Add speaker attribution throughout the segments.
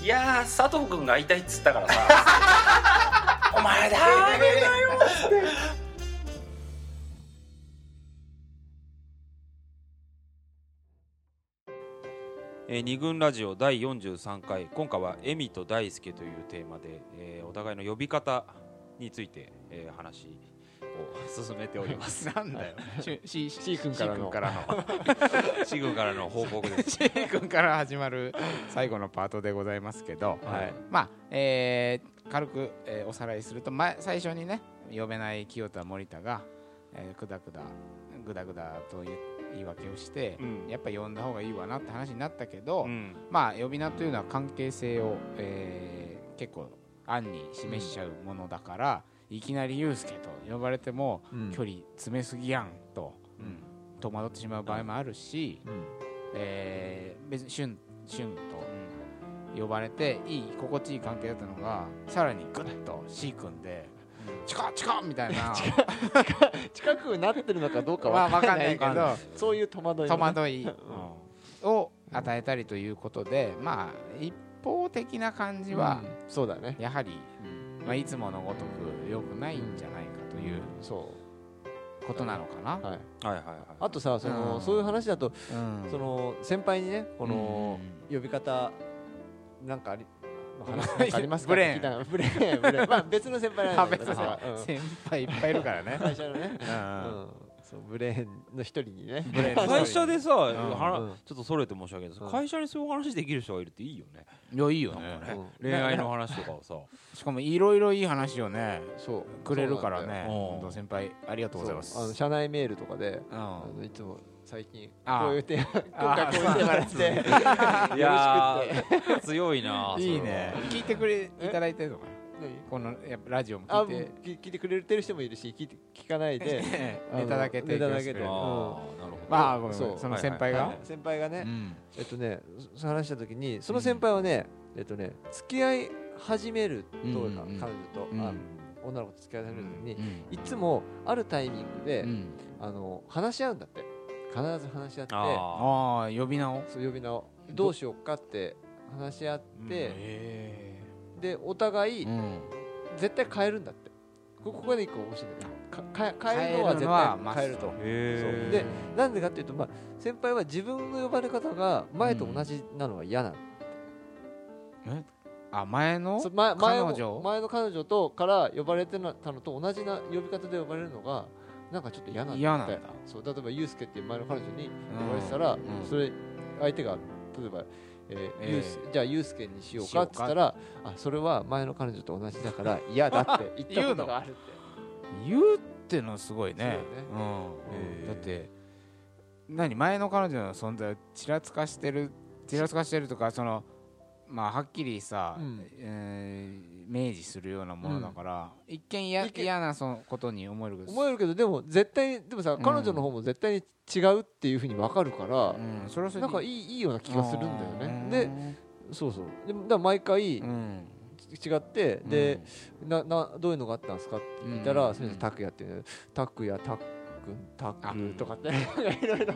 Speaker 1: いやー佐藤君が会いたいっつった からさお前だえー二軍ラジオ第43回今回は「エミと大輔」というテーマで、えーお互いの呼び方について、えー話を進めております
Speaker 2: なんだよ C, C,
Speaker 3: C 君からの
Speaker 2: C 君 からの
Speaker 1: シグからの報告 です
Speaker 2: C 君から始まる最後のパートでございますけど、
Speaker 1: はい
Speaker 2: まあ、えー軽く、えーおさらいすると前最初にね呼べない清田森田が、えー、くだくだぐだぐだという言い訳をして、
Speaker 1: うん
Speaker 2: やっぱ呼んだ方がいいわなって話になったけど、
Speaker 1: うん
Speaker 2: まあ呼び名というのは関係性を、えー結構暗に示しちゃうものだから、いきなり「ユうスケ」と呼ばれても、
Speaker 3: うん
Speaker 2: 距離詰めすぎやんと
Speaker 1: うん
Speaker 2: 戸惑ってしまう場合もあるし、
Speaker 3: うん
Speaker 2: えー別に「しゅん」しゅんと呼ばれていい心地いい関係だったのがさらにグッと C 君で「チコチコ!」みたい な
Speaker 3: 近くなってるのかどうか
Speaker 2: まあ分
Speaker 3: わか
Speaker 2: か
Speaker 3: ん
Speaker 2: ん
Speaker 3: な
Speaker 2: ないい
Speaker 3: け
Speaker 2: け
Speaker 3: ど
Speaker 2: ど
Speaker 3: そういう戸惑いもね
Speaker 2: 戸惑いを与えたりということでまあ一方的な感じは
Speaker 3: うんそうだね
Speaker 2: やはり、まあ、いつものごとく良くないんじゃないかという
Speaker 3: そ
Speaker 2: ことなのかな
Speaker 3: う。はい
Speaker 1: はいはいはい
Speaker 3: あとさその
Speaker 2: うん
Speaker 3: そういう話だと
Speaker 2: うん
Speaker 3: その先輩にねこの呼び方なんかあり話なんかありますか
Speaker 2: ブレーン
Speaker 3: って聞いたのブレーンブレーンまあ別の先輩 な
Speaker 2: あ
Speaker 3: んだけ
Speaker 2: 別
Speaker 3: ど
Speaker 2: に
Speaker 3: さ うん
Speaker 2: 先輩いっぱいいるから ね。
Speaker 3: 会社のね
Speaker 2: う
Speaker 3: うんんそうブレーンの一人にね
Speaker 2: ブレーン
Speaker 1: 会社でさ、
Speaker 2: ん
Speaker 1: はら
Speaker 3: うん
Speaker 1: ちょっとそれて申し訳ないです、
Speaker 3: うん
Speaker 1: 会社にそういう話できる人がいるっていいよね、
Speaker 2: いやいいよ
Speaker 1: なんか
Speaker 2: ね。
Speaker 1: ね
Speaker 3: うん
Speaker 1: 恋愛の話とかをさ
Speaker 2: しかもいろいろいい話をね
Speaker 3: そう
Speaker 2: くれるから
Speaker 3: そうなんだよ
Speaker 2: ね。
Speaker 1: そうなんだよ
Speaker 2: 本当先輩ありがとうございま
Speaker 3: そうあの
Speaker 2: す。
Speaker 3: 社内メールとかで
Speaker 2: う
Speaker 3: あ
Speaker 2: ん
Speaker 3: のいつも最近
Speaker 2: あー
Speaker 3: こういう手今回
Speaker 2: あー
Speaker 3: こういう手笑ってよ
Speaker 1: い や
Speaker 3: ろしくって
Speaker 1: ー 強いなそれはい
Speaker 2: いね。聞いてくれいただいてるのかな。
Speaker 3: 何
Speaker 2: このやっぱラジオも
Speaker 3: あ
Speaker 2: 聞い
Speaker 3: 聞聞いてくれてる人もいるし聞いて聞かないで
Speaker 2: て
Speaker 3: あの
Speaker 2: ネタだけ提供してくれ
Speaker 1: あーな
Speaker 2: る
Speaker 3: ネタだけで。
Speaker 1: るほど
Speaker 2: まあごめんごめ
Speaker 3: そうん
Speaker 2: その先輩が。
Speaker 3: 先輩がね、
Speaker 2: うん
Speaker 3: えっとねそその話した時にその先輩はね、えっとね付き合い始めると、
Speaker 2: うんうんうん
Speaker 3: 彼女と、
Speaker 2: うん
Speaker 3: あの女の子と付き合い始める時に、
Speaker 2: うん
Speaker 3: いつもあるタイミングで、
Speaker 2: うん
Speaker 3: あの話し合うんだって必ず話し合って
Speaker 1: あ
Speaker 2: ああ呼び名を。
Speaker 3: そう呼び名をどうしようかって話し合って、
Speaker 2: え
Speaker 3: でお互
Speaker 2: え
Speaker 3: い絶対変えるんだって、こここで一個面白いんだけどかか変えるのは
Speaker 2: 変えるのは
Speaker 3: 絶対変えると
Speaker 1: ー。へ
Speaker 3: で
Speaker 1: え
Speaker 3: なんでかっていうと、まあ、先輩は自分の呼ばれ方が前と同じなのは嫌なの、
Speaker 2: あ前の
Speaker 3: そ前前も
Speaker 2: 彼女
Speaker 3: 前の彼女とから呼ばれてなたのと同じな呼び方で呼ばれるのがなんかちょっと嫌なんだって
Speaker 2: 嫌なんだ
Speaker 3: そう例えばユうスケっていう前の彼女に
Speaker 2: うん
Speaker 3: 呼ばれてたら、
Speaker 2: ん
Speaker 3: それ相手が例えば、えー
Speaker 2: えー
Speaker 3: ユウスじゃあユうスケにしようかって言ったらあそれは前の彼女と同じだから嫌だって 言ったことがあるって
Speaker 2: 言うってのはすごいね
Speaker 3: す
Speaker 2: うん
Speaker 1: へえ
Speaker 2: だって何前の彼女の存在をちらつかしてるちらつかしてるとかそのまあはっきりさ、
Speaker 3: うん
Speaker 2: えー明示するようなものだから、一見や
Speaker 3: 一見
Speaker 2: 嫌なそのことに思えるけど
Speaker 3: 思えるけどでも絶対でもさ
Speaker 2: ん
Speaker 3: 彼女の方も絶対に違うっていうふうに分かるから、
Speaker 2: うん、それはそれ
Speaker 3: なんかい
Speaker 2: い
Speaker 3: いいいような気がするんだよねでそうそうでだから毎回違
Speaker 2: うん、
Speaker 3: って、で、ななどういうのがあったんですかって聞いた
Speaker 2: う
Speaker 3: ら
Speaker 2: ん
Speaker 3: それで拓也っていうの拓也拓君拓君とかっていろいろ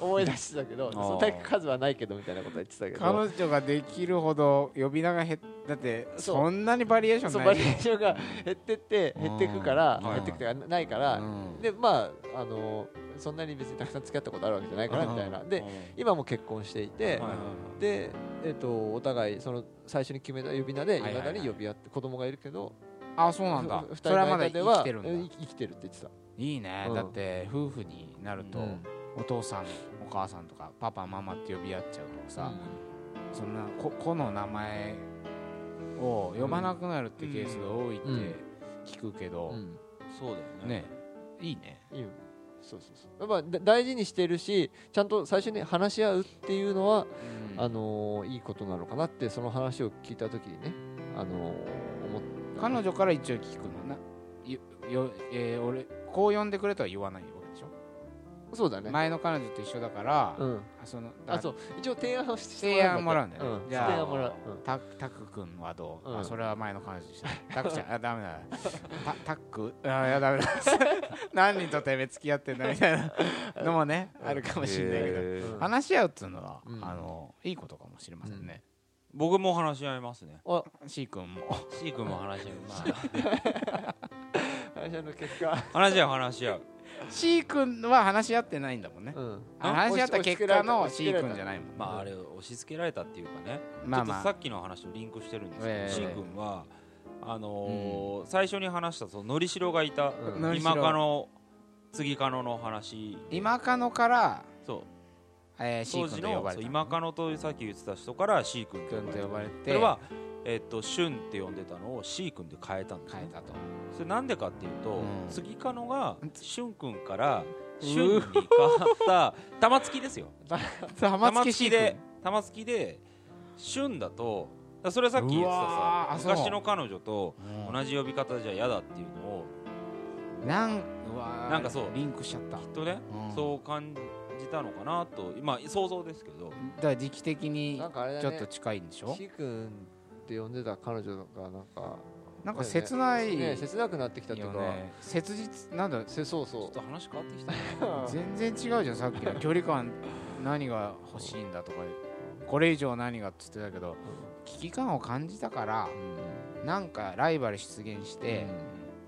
Speaker 3: 思い出してたけど
Speaker 1: ー
Speaker 3: その拓君数はないけどみたいなこと言ってたけ
Speaker 2: 彼
Speaker 3: ど
Speaker 2: 女ができるほど呼び名が減っだって
Speaker 3: そう
Speaker 2: そんなにバリエーション
Speaker 3: そう
Speaker 2: な
Speaker 3: バ
Speaker 2: い
Speaker 3: リエーションが減ってって減っていくから
Speaker 2: うん
Speaker 3: 減っていくというかないから
Speaker 2: うん
Speaker 3: でまああのそんなに別にたくさん付き合ったことあるわけじゃないからみたいなで今も結婚していて
Speaker 1: はいはいは
Speaker 3: で、えっとお互いその最初に決めた呼び名でい
Speaker 2: は
Speaker 3: ま
Speaker 2: いはいはい
Speaker 3: だに呼び合って子供がいるけど
Speaker 2: あそうなんだ
Speaker 3: ふふ二
Speaker 2: そ
Speaker 3: 人
Speaker 2: れ
Speaker 3: の
Speaker 2: はまだ
Speaker 3: 間
Speaker 2: 生
Speaker 3: では
Speaker 2: きてるんだ
Speaker 3: え生きてるって言ってた
Speaker 2: いいね、
Speaker 3: うん
Speaker 2: だって夫婦になると、
Speaker 3: うん
Speaker 2: お父さんお母さんとかパパママって呼び合っちゃうとかさ、そんな子子の名前を呼ばなくなるってケースが多いって
Speaker 3: うん
Speaker 2: 聞くけど、
Speaker 3: うん
Speaker 1: そうだよね
Speaker 2: ねいいね
Speaker 3: いいよそうそうそうやっぱだ大事にしてるしちゃんと最初に話し合うっていうのは、あのーいいことなのかなってその話を聞いた時にねあのー思っ
Speaker 2: 彼女から一応聞くのなよよ、えー俺こう呼んでくれとは言わないわけでしょ、
Speaker 3: そうだね、
Speaker 2: 前の彼女と一緒だから、
Speaker 3: うん、
Speaker 2: あその
Speaker 3: あそう一応提案をして
Speaker 2: 提案もらうんだ
Speaker 3: だ
Speaker 2: よね
Speaker 3: よ、うん、
Speaker 2: じゃあ
Speaker 3: 提案もらう、
Speaker 2: タタク君はどう、
Speaker 3: うん
Speaker 2: あそれは前の彼女で したタクちゃんあダメだタタックあいや ダメだ何人とてめえ付き合ってんだみたいなのもねあるかもしれないけど
Speaker 1: へー
Speaker 2: 話し合うっていうのは、
Speaker 3: うん
Speaker 2: あのいいことかもしれませんね、
Speaker 1: 僕も話し合いますね
Speaker 2: C 君も
Speaker 1: C 君も話し合う、
Speaker 3: 話し合いの結果
Speaker 1: まあ、話し合う話し合う
Speaker 2: C 君は話し合ってないんだもんね
Speaker 3: うん
Speaker 2: あの話し合った結果の
Speaker 3: 押
Speaker 2: C
Speaker 3: し付けられた
Speaker 2: 君じゃないもんね
Speaker 1: まああれを押し付けられたっていうかね
Speaker 2: ま
Speaker 1: ち
Speaker 2: あ
Speaker 1: ょっ
Speaker 2: ま
Speaker 1: とさ
Speaker 2: あ
Speaker 1: っきの話とリンクしてるんですけど、
Speaker 2: ええ
Speaker 1: C 君はあのー最初に話したそののりしろがいた、
Speaker 3: うん
Speaker 2: のりしろ
Speaker 1: 今かの次かのの話
Speaker 2: 今かのから、
Speaker 1: そう
Speaker 2: えー、C
Speaker 1: 当
Speaker 2: 君
Speaker 1: 時
Speaker 2: と呼
Speaker 1: の
Speaker 2: ばれ
Speaker 1: そ
Speaker 2: て
Speaker 1: う今かのとさっき言ってた人から C 君って呼
Speaker 2: 君
Speaker 1: ばれ
Speaker 2: と
Speaker 1: て
Speaker 2: 呼ばれて
Speaker 1: それはえっとシュンって呼んでたのを C 君で変えたんです
Speaker 2: 変え
Speaker 1: ね
Speaker 2: たと
Speaker 1: それなんでかっていうと、
Speaker 2: うん
Speaker 1: 次かのが
Speaker 2: うん
Speaker 1: シュン君からシュンに変わった 玉突きですよ
Speaker 2: 玉
Speaker 1: 玉
Speaker 2: 突き
Speaker 1: 突
Speaker 2: C
Speaker 1: き
Speaker 2: 君
Speaker 1: で玉突きで旬だとだそれさっき言ってた
Speaker 2: うわーあ
Speaker 1: さ
Speaker 2: そう
Speaker 1: 昔の彼女と
Speaker 2: うん
Speaker 1: 同じ呼び方じゃ嫌だっていうのを
Speaker 2: なんうわー
Speaker 1: なんかそう
Speaker 2: リンクしちゃった
Speaker 1: きっとね、
Speaker 2: うん
Speaker 1: そう感じたのかなと今想像ですけど
Speaker 2: だから時期的に
Speaker 3: なんかあれ
Speaker 2: ちょ
Speaker 3: だ
Speaker 2: っと
Speaker 3: ね
Speaker 2: 近いんでしょ
Speaker 3: C 君って呼んでた彼女がなんか
Speaker 2: なんか切ない
Speaker 3: ね
Speaker 2: よ
Speaker 3: 切なくなってきたっていうか
Speaker 2: ね切実なんだ
Speaker 3: せそう
Speaker 1: ちょ
Speaker 3: そ
Speaker 1: っと話変わってきたね
Speaker 3: う
Speaker 2: 全然違うじゃんさっきの距離感何が欲しいんだとかこれ以上何がっつってたけど危機感を感じたからなんかライバル出現して、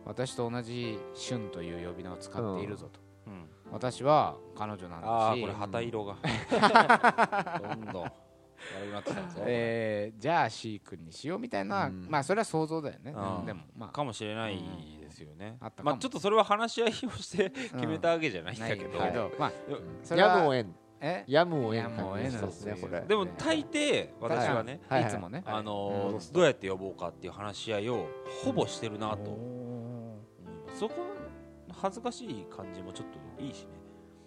Speaker 2: 私と同じ「旬」という呼び名を使っているぞ
Speaker 1: うん
Speaker 2: と、私は彼女な
Speaker 1: あ
Speaker 2: んだ
Speaker 1: あ
Speaker 2: し
Speaker 1: これ旗色がどんどん悪くなってきたぞ、
Speaker 2: えーじゃあ C 君にしようみたいな、
Speaker 3: うん
Speaker 2: まあそれは想像だよね
Speaker 1: うん
Speaker 2: でもまあ
Speaker 1: かもしれないですよね、
Speaker 2: あったかも
Speaker 1: まあちょっとそれは話し合いをして
Speaker 2: うん
Speaker 1: 決めたわけじゃないん
Speaker 2: な
Speaker 1: だ
Speaker 2: い
Speaker 1: け
Speaker 2: け
Speaker 1: ど、
Speaker 2: どまあそれ
Speaker 3: やむを
Speaker 2: は
Speaker 3: 得ん
Speaker 2: え
Speaker 3: やむを得ん
Speaker 2: やむを得
Speaker 3: 感
Speaker 2: ぬ
Speaker 3: じですね
Speaker 2: とい
Speaker 3: こ
Speaker 2: う
Speaker 3: れ
Speaker 1: でも大抵私はね
Speaker 3: はい
Speaker 2: いつもね
Speaker 1: あ
Speaker 2: はい
Speaker 1: の
Speaker 2: 戻
Speaker 1: ーどうやって呼ぼうかっていう話し合いをほぼしてるなと思い
Speaker 2: おー
Speaker 1: ますそこの恥ずかしい感じもちょっといいしね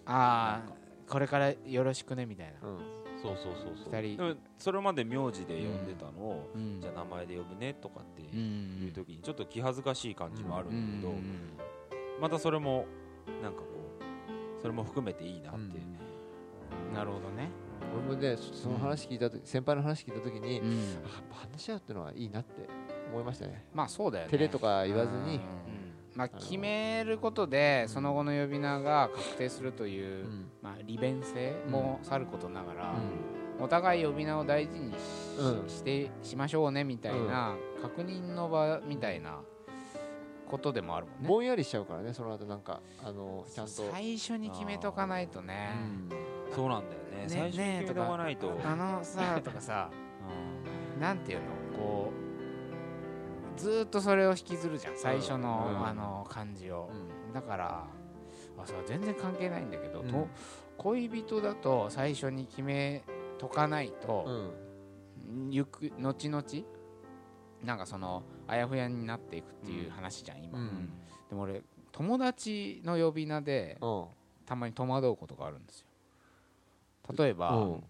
Speaker 2: ああこれからよろしくねみたいな
Speaker 3: うん
Speaker 1: そうそうそうそう
Speaker 2: 二人
Speaker 1: でもそれまで名字で呼んでたのを、
Speaker 2: うん
Speaker 1: じゃあ名前で呼ぶねとかって
Speaker 2: う
Speaker 1: いうん時にちょっと気恥ずかしい感じもある
Speaker 2: うん
Speaker 1: だけど、
Speaker 2: ん
Speaker 1: またそれもなんかこうそれも含めていいなって、
Speaker 2: なるほどね
Speaker 3: 俺もねそその話聞いた時先輩の話聞いた時に
Speaker 2: うん
Speaker 3: やっぱ話し合うってのはいいなって思いましたね
Speaker 2: まあそうだよね
Speaker 3: 照れとか言わずに
Speaker 2: うんまあ決めることでその後の呼び名が確定するといううんまあ利便性もさることながら
Speaker 3: うん
Speaker 2: お互い呼び名を大事にし
Speaker 3: うん
Speaker 2: してしましょうねみたいな確認の場みたいなことでもあるもんね
Speaker 3: ぼんやりしちゃうからねその後なんかあのちゃんと
Speaker 2: 最初に決めとかないとね
Speaker 3: うん
Speaker 1: そうなんだよね
Speaker 2: ね
Speaker 1: 最初に決めとかないと、
Speaker 2: あのさとかさなんていうのこうずーっとそれを引きずるじゃん最初の、
Speaker 3: うん
Speaker 2: あの感じを
Speaker 3: う、ん
Speaker 2: だからあさ全然関係ないんだけど、
Speaker 3: うん
Speaker 2: と恋人だと最初に決めとかないと、
Speaker 3: う
Speaker 2: ゆく後々なんかそのあやふやになっていくっていう話じゃん今、
Speaker 3: うん
Speaker 2: でも俺友達の呼び名で
Speaker 3: んうん
Speaker 2: たまに戸惑うことがあるんですよ例えば、
Speaker 3: うん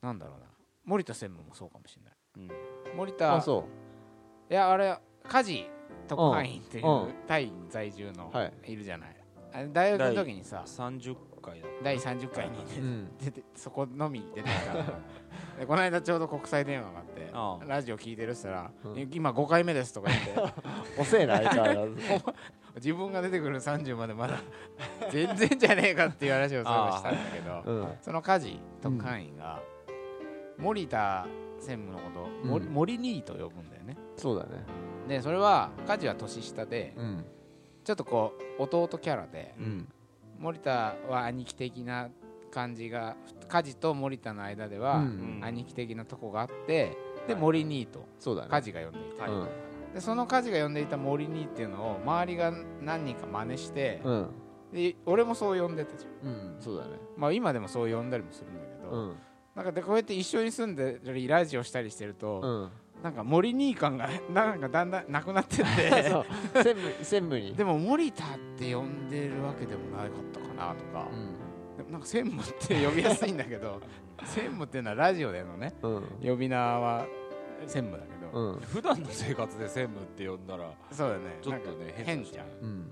Speaker 2: なんだろうな森田専務もそうかもしれない
Speaker 1: うん
Speaker 2: 森田
Speaker 3: あそ
Speaker 2: いやあれ家事特派員っていううんタイ在住の
Speaker 3: はい
Speaker 2: いるじゃない、あれ大学の時にさ
Speaker 1: 30回だ
Speaker 2: 第30回に
Speaker 3: う うん
Speaker 2: 出てそこのみ出てきたのでこの間ちょうど国際電話があって
Speaker 1: ああ
Speaker 2: ラジオ聞いてるっつったら、
Speaker 3: うん
Speaker 2: 今5回目ですとか言って
Speaker 3: 遅えな相変 わらず
Speaker 2: 自分が出てくる30までまだ全然じゃねえかっていう話をそういえばしたんだけど、
Speaker 3: うん
Speaker 2: その家事特派員が、森田専務のことを、森
Speaker 3: うん
Speaker 2: 森兄と呼ぶんだよね
Speaker 3: そうだね
Speaker 2: でそれは家事は年下で、
Speaker 3: うん
Speaker 2: ちょっとこう弟キャラで
Speaker 3: うん
Speaker 2: 森田は兄貴的な感じが家事と森田の間で
Speaker 3: う
Speaker 2: は
Speaker 3: ん
Speaker 2: 兄貴的なとこがあって、で
Speaker 1: はい
Speaker 2: 森兄と
Speaker 3: そうだね
Speaker 2: 家事が呼んでいた、
Speaker 1: はい
Speaker 3: うん
Speaker 2: でその家事が呼んでいた森兄っていうのを周りが何人か真似して、
Speaker 3: うん
Speaker 2: で俺もそう呼んでたじゃん、
Speaker 3: うんそうだね
Speaker 2: まあ、今でもそう呼んだりもするんだけど、
Speaker 3: うん
Speaker 2: なんかでこうやって一緒に住んでたりラジオしたりしてると、
Speaker 3: うん
Speaker 2: なんか森兄感が なんかだんだんなくなってって
Speaker 3: そう専務専務に
Speaker 2: でも森田って呼んでるわけでもなかったかなとか。でもなんか専務って呼びやすいんだけど 専務っていうのはラジオでのね
Speaker 3: うん
Speaker 2: 呼び名は専務だけ
Speaker 3: う
Speaker 2: ど、
Speaker 3: んうん
Speaker 1: 普段の生活で専務って呼んだら
Speaker 2: そうだね
Speaker 1: ちょっと
Speaker 2: なんか
Speaker 1: ね
Speaker 2: 変
Speaker 1: 変
Speaker 2: じ
Speaker 1: じ
Speaker 2: ゃ
Speaker 1: ゃ
Speaker 2: ん
Speaker 1: ん
Speaker 3: うん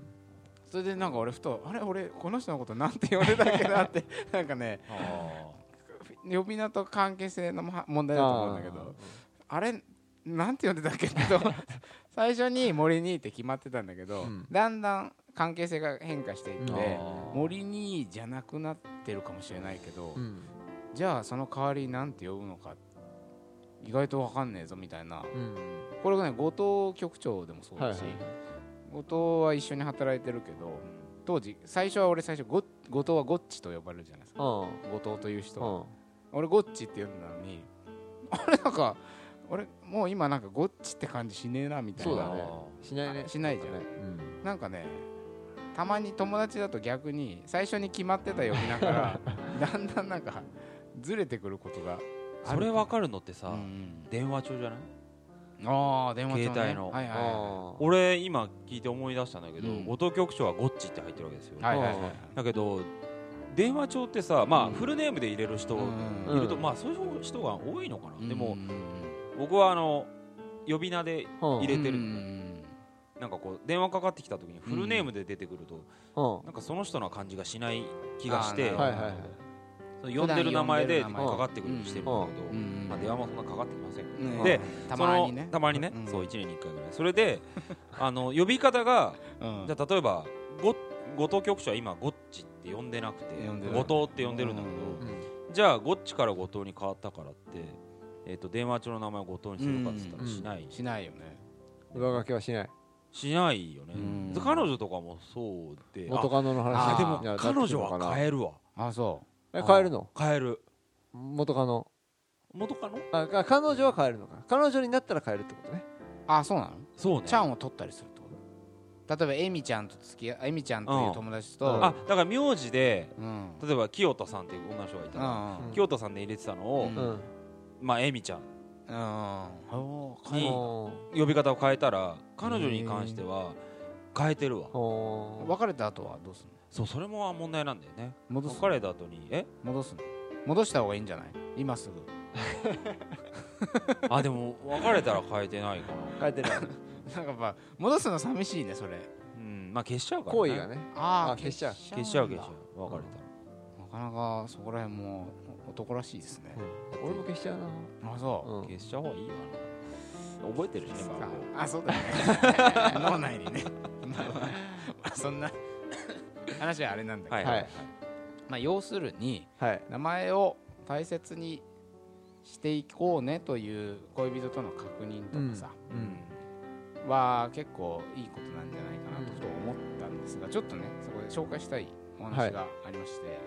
Speaker 2: それでなんか俺ふとあれ俺この人のことなんて呼んでたっけなって なんかね
Speaker 1: あ
Speaker 2: 呼び名と関係性のま問題だと思うんだけどあれなんて呼んでたっけと 最初に森にって決まってたんだけど、
Speaker 3: うん
Speaker 2: だんだん関係性が変化していっ
Speaker 3: う
Speaker 2: て
Speaker 3: ん
Speaker 1: ー
Speaker 2: 森にじゃなくなってるかもしれないけど、
Speaker 3: うん
Speaker 2: じゃあその代わりなんて呼ぶのか意外と分かんねえぞみたいな
Speaker 3: うん
Speaker 2: これがね後藤局長でもそうだし、
Speaker 3: はいは
Speaker 2: 後藤は一緒に働いてるけど当時最初は俺最初ゴッ後藤はゴッチと呼ばれるじゃないですか
Speaker 3: あ
Speaker 2: 後藤という人
Speaker 3: あ
Speaker 2: が
Speaker 3: あ
Speaker 2: 俺ゴッチって呼んだのに あれなんか俺もう今なんかゴッチって感じしねえなみたいな
Speaker 3: そうだねあしないね
Speaker 2: あしないじゃん
Speaker 3: んかねうん
Speaker 2: なんかねたまに友達だと逆に最初に決まってた呼び名から だんだんなんかずれてくることが
Speaker 1: それ分かるのって
Speaker 2: あ
Speaker 1: さ、
Speaker 2: るうん
Speaker 1: 電話帳じゃない
Speaker 2: うんあー電話帳、ね、
Speaker 1: 携帯の
Speaker 2: はいはいは
Speaker 3: ああ
Speaker 1: 俺今聞いて思い出したんだけど、
Speaker 2: うん
Speaker 1: 後藤局長はゴッチって入ってるわけですよ、
Speaker 2: いはいはいはい
Speaker 3: あ
Speaker 1: だけど電話帳ってさまあ、
Speaker 2: うん
Speaker 1: フルネームで入れる人
Speaker 2: うん
Speaker 1: いると、
Speaker 3: うん
Speaker 1: まあそういう人が多いのかな、で
Speaker 2: う
Speaker 1: も
Speaker 2: ん
Speaker 1: 僕はあの呼び名で
Speaker 3: うん
Speaker 1: 入れてる
Speaker 2: うん
Speaker 1: なんかこう電話かかってきた時にフルネームで出てくると、
Speaker 3: うん
Speaker 1: なんかその人の感じがしない気がし
Speaker 2: あ
Speaker 1: て、
Speaker 2: ー
Speaker 3: は
Speaker 2: ない
Speaker 3: はいはい
Speaker 1: その呼んでる名前でか
Speaker 2: 普段
Speaker 3: 呼んでる名前
Speaker 1: かってくるようにしてるんだけど、
Speaker 2: うんうん
Speaker 1: まあ、電話もそんなかかってきませんけど、
Speaker 2: うん
Speaker 1: で
Speaker 2: たまに
Speaker 1: そ
Speaker 2: ね
Speaker 1: のたまにね、
Speaker 2: うん
Speaker 1: そう1年に1回ぐらいそれであの呼び方が
Speaker 2: うん
Speaker 1: じゃあ例えばご後藤局長は今ゴッチって呼んでなくて
Speaker 2: 呼んでない
Speaker 1: 後藤って呼んでるんだけど、
Speaker 2: うん
Speaker 1: じゃあゴッチから後藤に変わったからって、えー、と電話帳の名前を後藤にするかっつったらしない、
Speaker 2: しないよね
Speaker 3: うん上書きはしない
Speaker 1: しないよね、
Speaker 2: うん
Speaker 1: で彼女とかもそうで
Speaker 3: 元カノの
Speaker 2: あ
Speaker 3: 話
Speaker 1: あで
Speaker 2: あ
Speaker 1: も彼女は変えるわ
Speaker 2: あそ
Speaker 3: え変えるの
Speaker 1: 変える
Speaker 3: 元カノ
Speaker 1: 元カノ
Speaker 3: あか彼女は変えるのか彼女になったら変えるってことね
Speaker 2: うあそうなの
Speaker 1: そうね
Speaker 2: ちゃんを取ったりするってこと例えばエミちゃんと付き合いエミちゃんという友達と
Speaker 1: あだから名字で
Speaker 2: うん
Speaker 1: 例えば清田さんっていう女の人がいたら、
Speaker 2: うん
Speaker 1: 清田さんで入れてたのを、
Speaker 2: うん
Speaker 3: うん
Speaker 1: まあエミちゃん
Speaker 2: うんおー
Speaker 1: に
Speaker 3: お
Speaker 1: 呼び方を変えたら彼女に関しては変えてるわ
Speaker 3: ーおー
Speaker 2: 別れた後はどうするの
Speaker 1: そうそれも問題なんだよね
Speaker 2: 戻す
Speaker 1: 別れた後にえ
Speaker 2: 戻すの戻した方がいいんじゃない今すぐ
Speaker 1: あでも別れたら変えてないかな
Speaker 3: 変えてない
Speaker 2: なんかやっぱ戻すの寂しいねそれ
Speaker 1: うんまあ消しちゃうから、ね、
Speaker 3: 行為がね
Speaker 2: あ
Speaker 3: あ消しちゃう
Speaker 1: 消しちゃう消しちゃ
Speaker 2: う
Speaker 1: う別れ
Speaker 2: なかなかそこら辺も男らしいですね
Speaker 3: 俺も消しちゃうな
Speaker 2: あそう
Speaker 1: たら、
Speaker 3: うん
Speaker 1: 消しちゃう方がいいよな覚えてるしね番号
Speaker 2: あそうだね 脳内にねまあまあまあそんな話はあれなんだけど、
Speaker 1: はい
Speaker 3: はい
Speaker 2: まあ要するに
Speaker 3: はい
Speaker 2: 名前を大切にしていこうねという恋人との確認とかさ、
Speaker 1: うん
Speaker 2: は結構いいことなんじゃないかなとふと思ったんですが、ちょっとねそこで紹介したいお話がありまして、